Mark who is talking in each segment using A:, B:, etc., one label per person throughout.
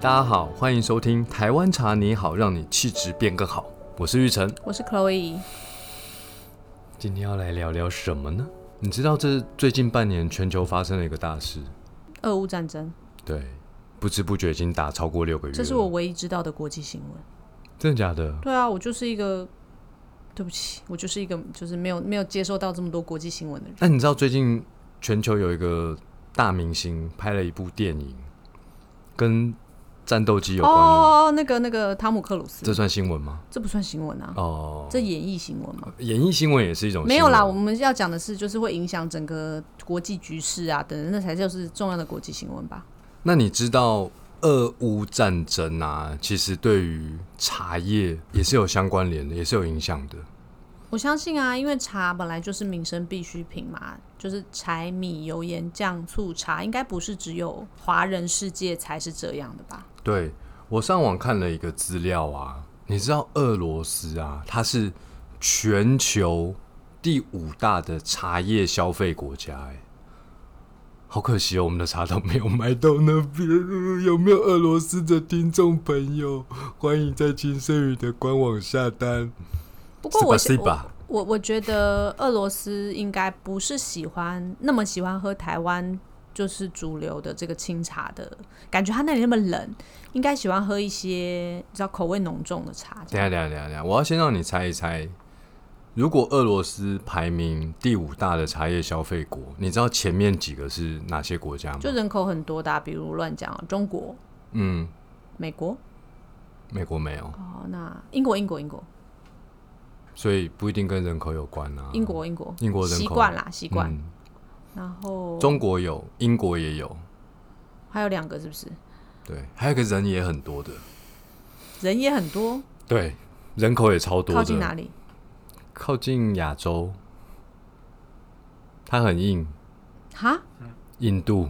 A: 大家好，欢迎收听《台湾茶你好》，让你气质变更好。我是玉成，
B: 我是 Chloe。
A: 今天要来聊聊什么呢？你知道这最近半年全球发生了一个大事，
B: 俄乌战争，
A: 对，不知不觉已经打超过六个月了。
B: 这是我唯一知道的国际新闻。
A: 真的假的？
B: 对啊，我就是一个，对不起，我就是一个就是没有没有接受到这么多国际新闻的人。
A: 那你知道最近全球有一个大明星拍了一部电影，跟战斗机有
B: 哦
A: 关吗？
B: 哦，哦那个那个汤姆克鲁斯，
A: 这
B: 这
A: 算新闻吗？
B: 不算新闻啊，
A: 哦，
B: 这演艺新闻嘛。
A: 演艺新闻也是一种
B: 没有
A: 新闻
B: 啦，我们要讲的是，就是会影响整个国际局势啊，等等，那才就是重要的国际新闻吧。
A: 那你知道俄乌战争啊，其实对于茶叶也是有相关联的，也是有影响的。
B: 我相信啊，因为茶本来就是民生必需品嘛，就是柴米油盐酱醋茶，应该不是只有华人世界才是这样的吧？
A: 对我上网看了一个资料啊，你知道俄罗斯啊，它是全球第五大的茶叶消费国家、欸，好可惜哦，我们的茶都没有卖到那边。有没有俄罗斯的听众朋友？欢迎在金圣宇的官网下单。
B: 不过我
A: 是吧是
B: 我
A: 吧
B: 我我觉得俄罗斯应该不是喜欢那么喜欢喝台湾就是主流的这个清茶的感觉，他那里那么冷，应该喜欢喝一些比较口味浓重的茶。
A: 等一下，等一下，等一下，等一下，我要先让你猜一猜，如果俄罗斯排名第五大的茶叶消费国，你知道前面几个是哪些国家吗？
B: 就人口很多的啊、比如乱讲啊，中国、
A: 嗯，
B: 美国
A: 美国没有，
B: 哦，那英国、英国、英国、
A: 所以不一定跟人口有关啊。
B: 英国、英国、
A: 英国人口
B: 习惯啦，习惯。
A: 嗯，
B: 然后
A: 中国有，英国也有，
B: 还有两个是不是？
A: 对，还有一个人也很多的，
B: 人也很多，
A: 对，人口也超多的。
B: 靠近哪里？
A: 靠近亚洲，它很硬，
B: 哈？
A: 印度。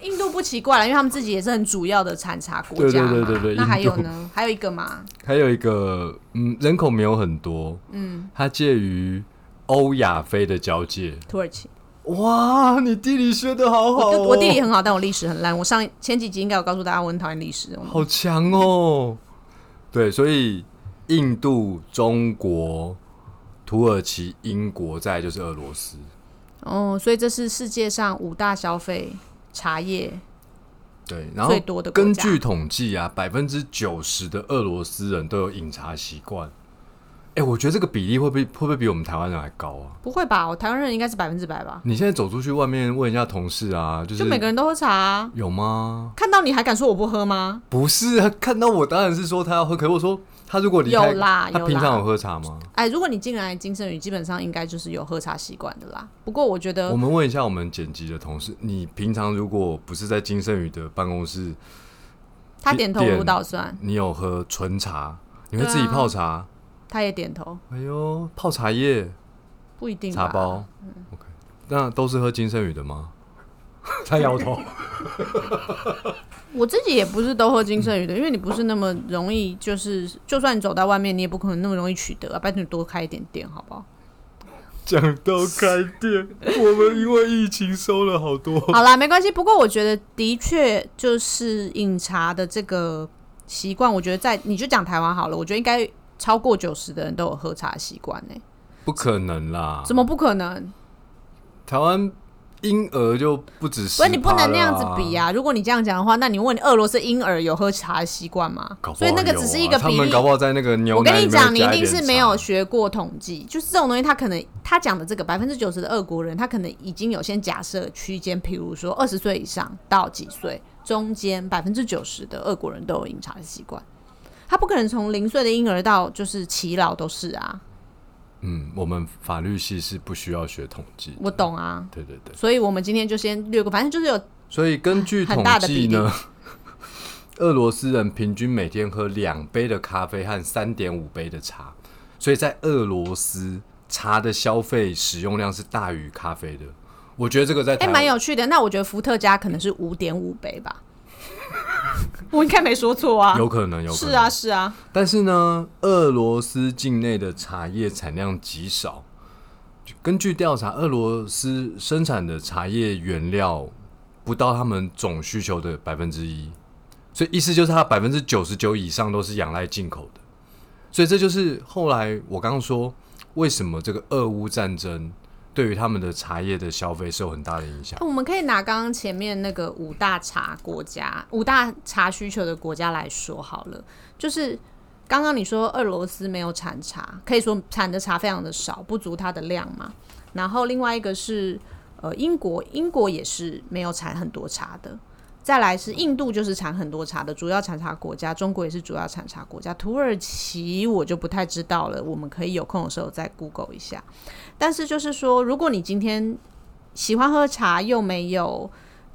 B: 印度不奇怪了，因为他们自己也是很主要的产茶国家嘛。
A: 对对对对对
B: 那还有
A: 印
B: 呢？还 有一个嘛，
A: 还有一个，嗯，人口没有很多，嗯，它介于欧亚非的交界。
B: 土耳其。
A: 哇，你地理学的好好、
B: 我
A: 哦，
B: 我地理很好，但我历史很烂。我上前几集应该有告诉大家，我很讨厌历史。
A: 好强哦。对，所以印度、中国、土耳其、英国，再来就是俄罗斯。
B: 哦，所以这是世界上五大消费茶叶。
A: 对，然后
B: 最多的国家
A: 根据统计啊，百分之九十的俄罗斯人都有饮茶习惯。哎、我觉得这个比例会不会会不会比我们台湾人还高啊？
B: 不会吧？我台湾人应该是百分之百吧？
A: 你现在走出去外面问一下同事啊，就是
B: 就每个人都喝茶啊、
A: 有吗？
B: 看到你还敢说我不喝吗？
A: 不是啊，看到我当然是说他要喝，可是我说他如果离开，
B: 有啦
A: 他
B: 有
A: 平
B: 啦
A: 常有喝茶吗？
B: 哎，如果你进来金圣宇，基本上应该就是有喝茶习惯的啦。不过我觉得
A: 我们问一下我们剪辑的同事，你平常如果不是在金圣宇的办公室，
B: 他点头
A: 点
B: 如捣蒜，
A: 你有喝纯茶，你会
B: 对啊
A: 自己泡茶？
B: 他也点头，
A: 哎呦，泡茶叶、
B: 不啊一定嗯吧
A: 茶包、OK，那都是喝金圣宇的 吗？他摇头。
B: 我自己也不是都喝金圣宇的，因为你不是那么容易，就是就算你走到外面，你也不可能那么容易取得啊。拜托你多开一点店，好不好？
A: 讲到开店，我们因为疫情收了好多
B: 好啦，没关系。不过我觉得的确就是饮茶的这个习惯，我觉得在你就讲台湾好了，我觉得应该超过九十的人都有喝茶习惯呢。
A: 不可能啦！
B: 怎么不可能？
A: 台湾婴儿就不止十趴
B: 不是
A: 了啊，
B: 你不能那样子比啊！如果你这样讲的话，那你问你俄罗斯婴儿有喝茶的习惯吗
A: 搞？不好
B: 所以那个
A: 有
B: 只是
A: 啊
B: 一个
A: 他
B: 比
A: 们
B: 例
A: 搞。不好在那个牛
B: 我
A: 奶
B: 跟你
A: 里面
B: 讲，你一
A: 加
B: 定
A: 点
B: 是没有
A: 茶
B: 学过统计，就是这种东西，他可能他讲的这个百分之九十的俄国人，他可能已经有先假设区间，比如说二十岁以上到几岁中间，百分之九十的俄国人都有饮茶的习惯。他不可能从零岁的婴儿到就是耆老都是啊，
A: 嗯，我们法律系是不需要学统计的。
B: 我懂啊，
A: 对对对，
B: 所以我们今天就先略过，反正就是有
A: 所以根据
B: 很
A: 统
B: 大的
A: 计
B: 比例
A: 呢， 俄罗斯人平均每天喝两杯的咖啡和三点五杯的茶，所以在俄罗斯茶的消费使用量是大于咖啡的。我觉得这个在
B: 哎，
A: 台
B: 蛮、
A: 湾、
B: 有趣的。那我觉得伏特加可能是五点五倍吧， 我应该没说错啊。
A: 有可能有可
B: 是
A: 能
B: 啊，是啊，
A: 但是呢，俄罗斯境内的茶叶产量极少。根据调查，俄罗斯生产的茶叶原料不到他们总需求的百分之一，所以意思就是它百分之九十九以上都是仰赖进口的，所以这就是后来我刚刚说为什么这个俄乌战争对于他们的茶叶的消费受很大的影响。
B: 哦我们可以拿刚刚前面那个五大茶国家、五大茶需求的国家来说好了，就是刚刚你说俄罗斯没有产茶，可以说产的茶非常的少，不足它的量嘛。然后另外一个是呃英国，英国也是没有产很多茶的。再来是印度，就是产很多茶的主要产茶国家，中国也是主要产茶国家。土耳其我就不太知道了，我们可以有空的时候再 Google 一下。但是就是说，如果你今天喜欢喝茶又没有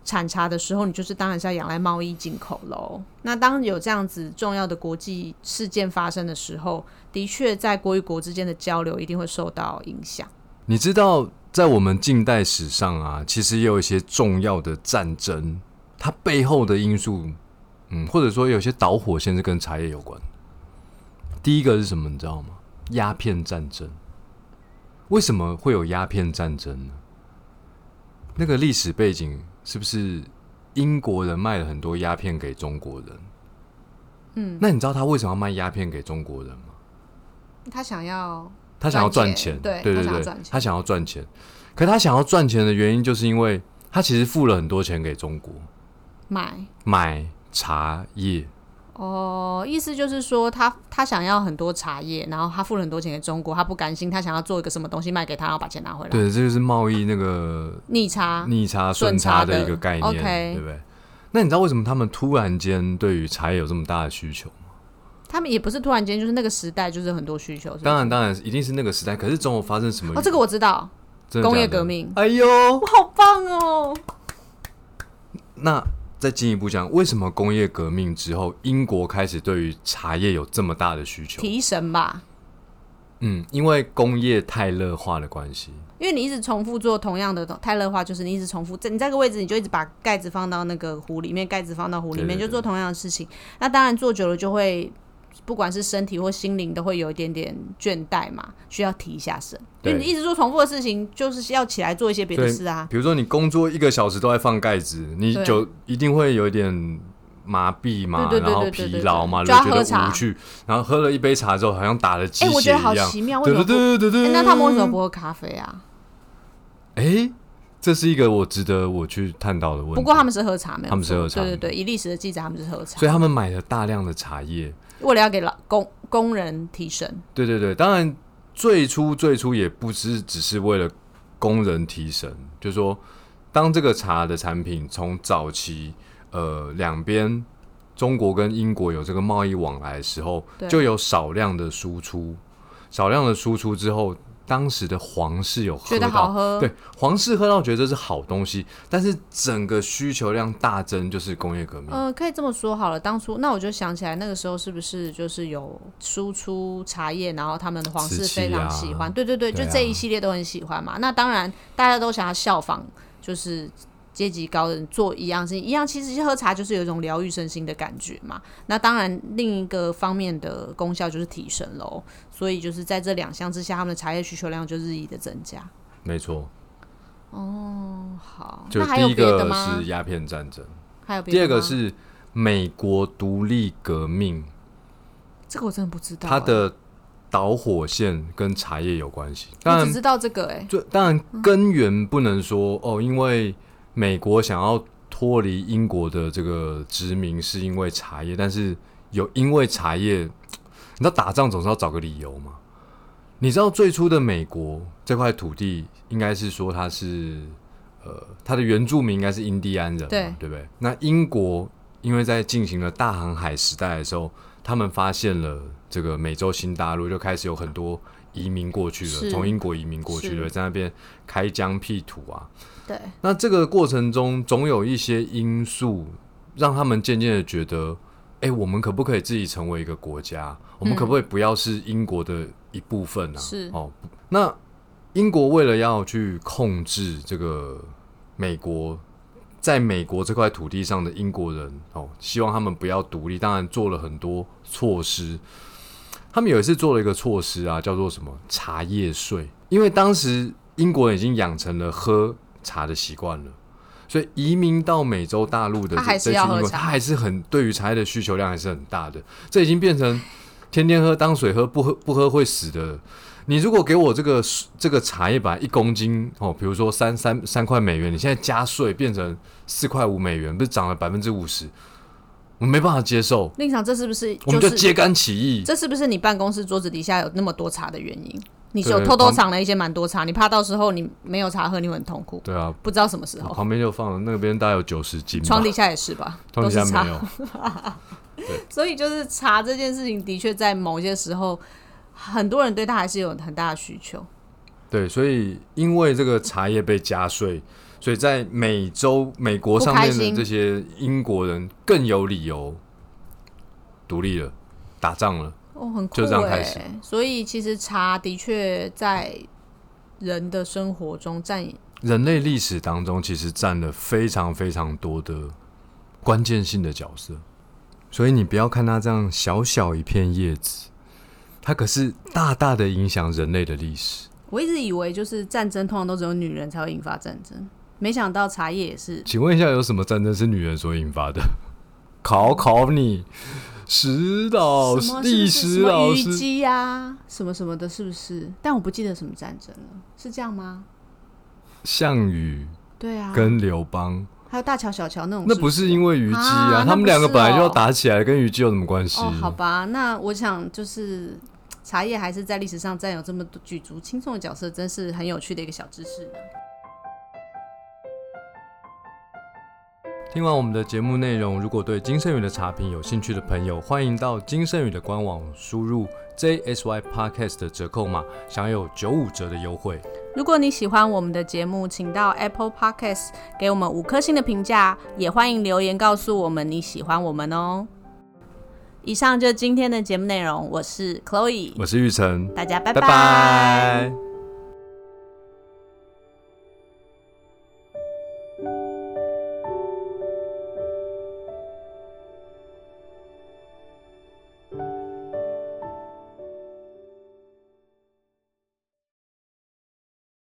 B: 产茶的时候，你就是当然是要仰赖贸易进口喽。那当有这样子重要的国际事件发生的时候，的确在国与国之间的交流一定会受到影响。
A: 你知道，在我们近代史上啊，其实也有一些重要的战争，它背后的因素，嗯，或者说有些导火线是跟茶叶有关。第一个是什么？你知道吗？鸦片战争。为什么会有鸦片战争呢？那个历史背景是不是英国人卖了很多鸦片给中国人？嗯，那你知道他为什么要卖鸦片给中国人吗？
B: 他想要
A: 他想要赚
B: 赚
A: 钱，
B: 钱
A: 对
B: 对
A: 对
B: 他想要
A: 对
B: 赚钱
A: 他想要赚钱。可他想要赚钱的原因，就是因为他其实付了很多钱给中国
B: 买
A: 买茶叶，
B: 哦，意思就是说他他想要很多茶叶，然后他付了很多钱给中国，他不甘心，他想要做一个什么东西卖给他，然后把钱拿回来。
A: 对，这就是贸易那个
B: 逆差，
A: 逆差顺
B: 顺
A: 差
B: 差
A: 的
B: 的
A: 一个概念，
B: OK
A: 对不对？那你知道为什么他们突然间对于茶叶有这么大的需求吗？
B: 他们也不是突然间，就是那个时代就是很多需求。是不是
A: 当然，当然一定是那个时代。可是总有发生什么？
B: 哦，这个我知道，
A: 真的假的
B: 工业革命
A: 哎呦，
B: 我好棒哦！
A: 那再进一步讲，为什么工业革命之后，英国开始对于茶叶有这么大的需求？
B: 提神吧，
A: 嗯，因为工业太热化的关系，
B: 因为你一直重复做同样的泰勒化，就是你一直重复，在你在这个位置，你就一直把盖子放到那个壶里面，盖子放到壶里
A: 对
B: 面，
A: 对对
B: 就做同样的事情。那当然做久了就会，不管是身体或心灵，都会有一点点倦怠嘛，需要提一下神。因
A: 对
B: 为你一直做重复的事情，就是要起来做一些别的
A: 对
B: 事啊。
A: 比如说你工作一个小时都在放盖子，你
B: 对
A: 就一定会有一点麻痹嘛，
B: 对对对
A: 然后
B: 对对对
A: 疲劳嘛，
B: 就
A: 就
B: 要
A: 觉
B: 喝
A: 得
B: 茶
A: 无趣。然后喝了一杯茶之后，好像打了鸡
B: 哎、我
A: 血
B: 觉得好
A: 一样。
B: 奇妙，为
A: 对
B: 什么
A: 对对
B: 不？
A: 对
B: 哎
A: 对。
B: 那他们为什么不？喝咖啡啊？
A: 哎，这是一个我值得我去探讨的问题。
B: 不过他们是喝茶，没有
A: 他们是
B: 错
A: 喝茶
B: 对对对，以历史的记载，他们是喝茶
A: 所，以他们买了大量的茶叶。
B: 为了要给老工工人提神。
A: 对对对，当然最初最初也不是只是为了工人提神，就是说当这个茶的产品从早期呃两边中国跟英国有这个贸易往来的时候，
B: 对
A: 就有少量的输出，少量的输出之后。当时的皇室有喝
B: 觉得
A: 到，
B: 好喝
A: 对皇室喝到觉得这是好东西，但是整个需求量大增，就是工业革命。
B: 嗯、可以这么说好了。当初那我就想起来，那个时候是不是就是有输出茶叶，然后他们的皇室
A: 瓷器啊
B: 非常喜欢，对对对，
A: 对啊
B: 就这一系列都很喜欢嘛。那当然，大家都想要效仿，就是阶级高的人做一样事情，一样其实喝茶就是有一种疗愈身心的感觉嘛。那当然，另一个方面的功效就是提神喽。所以就是在这两项之下，他们的茶叶需求量就日益的增加。
A: 没错，
B: 哦，好，
A: 就
B: 那还有
A: 第一
B: 别的
A: 个
B: 吗
A: 是？鸦片战争。
B: 还有别的
A: 第二个
B: 吗
A: 是美国独立革命，
B: 这个我真的不知道欸，
A: 它的导火线跟茶叶有关系。当
B: 我只
A: 然，
B: 知道这个哎、
A: 最当然根源不能说哦，因为美国想要脱离英国的这个殖民是因为茶叶，但是有因为茶叶，你知道打仗总是要找个理由嘛。你知道最初的美国这块土地应该是说它是呃，它的原住民应该是印第安人嘛，
B: 对
A: 对不对？那英国因为在进行了大航海时代的时候，他们发现了这个美洲新大陆，就开始有很多移民过去了，
B: 是
A: 从英国移民过去
B: 是
A: 了，在那边开疆辟土啊。
B: 对，
A: 那这个过程中，总有一些因素让他们渐渐的觉得，哎、我们可不可以自己成为一个国家？我们可不可以不要是英国的一部分啊？
B: 是
A: 哦，那英国为了要去控制这个美国，在美国这块土地上的英国人，哦，希望他们不要独立，当然做了很多措施。他们有一次做了一个措施啊，叫做什么茶叶税，因为当时英国人已经养成了喝茶的习惯了，所以移民到美洲大陆的
B: 他还是
A: 这这
B: 要
A: 群英国
B: 喝
A: 人，
B: 茶
A: 他还是很对于茶叶的需求量还是很大的。这已经变成天天喝当水喝，不喝不喝会死的了。你如果给我这个这个茶叶板一公斤哦，比如说三三三块美元，你现在加税变成四块五美元，不是涨了百分之五十？我没办法接受，
B: 令长，这是不是
A: 我们
B: 就
A: 就是揭竿起义。
B: 这是不是你办公室桌子底下有那么多茶的原因？你是有
A: 对
B: 偷偷
A: 旁
B: 藏了一些蛮多茶，你怕到时候你没有茶喝，你会很痛苦，
A: 对啊，
B: 不知道什么时候。
A: 旁边就放了那边大概有九十斤吧，
B: 床底下也是吧，
A: 床
B: 都
A: 底下
B: 是茶
A: 没。有。
B: 所以就是茶这件事情，的确在某些时候，很多人对它还是有很大的需求。
A: 对，所以因为这个茶叶被加税，所以在美洲、美国上
B: 不
A: 面
B: 开
A: 的
B: 心
A: 这些英国人更有理由独立了，打仗了。
B: 哦，很酷、欸、
A: 就这样开始
B: 所以其实茶的确在人的生活中占
A: 人类历史当中其实占了非常非常多的关键性的角色，所以你不要看它这样小小一片叶子，它可是大大的影响人类的历史。
B: 我一直以为就是战争通常都只有女人才会引发战争，没想到茶叶也是。
A: 请问一下，有什么战争是女人所引发的？ 考考你，史老
B: 什
A: 师、
B: 么
A: 历
B: 是
A: 史
B: 不是什
A: 老
B: 么虞
A: 师，
B: 姬呀、什么什么的，是不是？但我不记得什么战争了，是这样吗？
A: 项羽
B: 对啊，
A: 跟刘邦，
B: 还有大乔小乔那种
A: 那不是因为虞姬
B: 啊
A: 啊，
B: 那
A: 他
B: 不
A: 们
B: 是
A: 两个本来就要
B: 哦
A: 打起来，跟虞姬有什么关系？
B: 哦，好吧，那我想就是茶叶还是在历史上占有这么多举足轻重的角色，真是很有趣的一个小知识呢。
A: 听完我们的节目内容，如果对金圣宇的茶品有兴趣的朋友，欢迎到金圣宇的官网输入 JSY Podcast 的折扣码，享有九五折的优惠。
B: 如果你喜欢我们的节目，请到 Apple Podcast 给我们五颗星的评价，也欢迎留言告诉我们你喜欢我们哦。以上就是今天的节目内容，我是 Chloe，
A: 我是玉成，
B: 大家拜
A: 拜拜